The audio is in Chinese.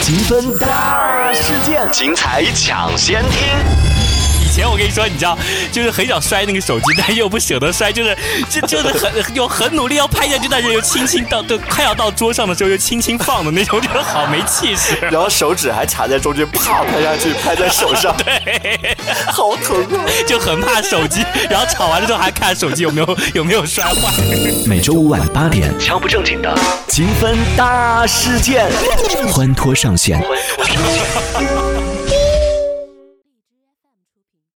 积分大事件，精彩抢先听。以前我跟你说，你知道，就是很想摔那个手机，但又不舍得摔，就是 就就是很有很努力要拍下去，但是又轻轻到就快要到桌上的时候又轻轻放的那种，就是好没气势。然后手指还卡在中间，啪拍下去，拍在手上，对，好疼啊！就很怕手机，然后吵完了之后还看手机有没有有没有摔坏。每周五晚八点，敲不正经的，积分大事件，欢脱上线。欢脱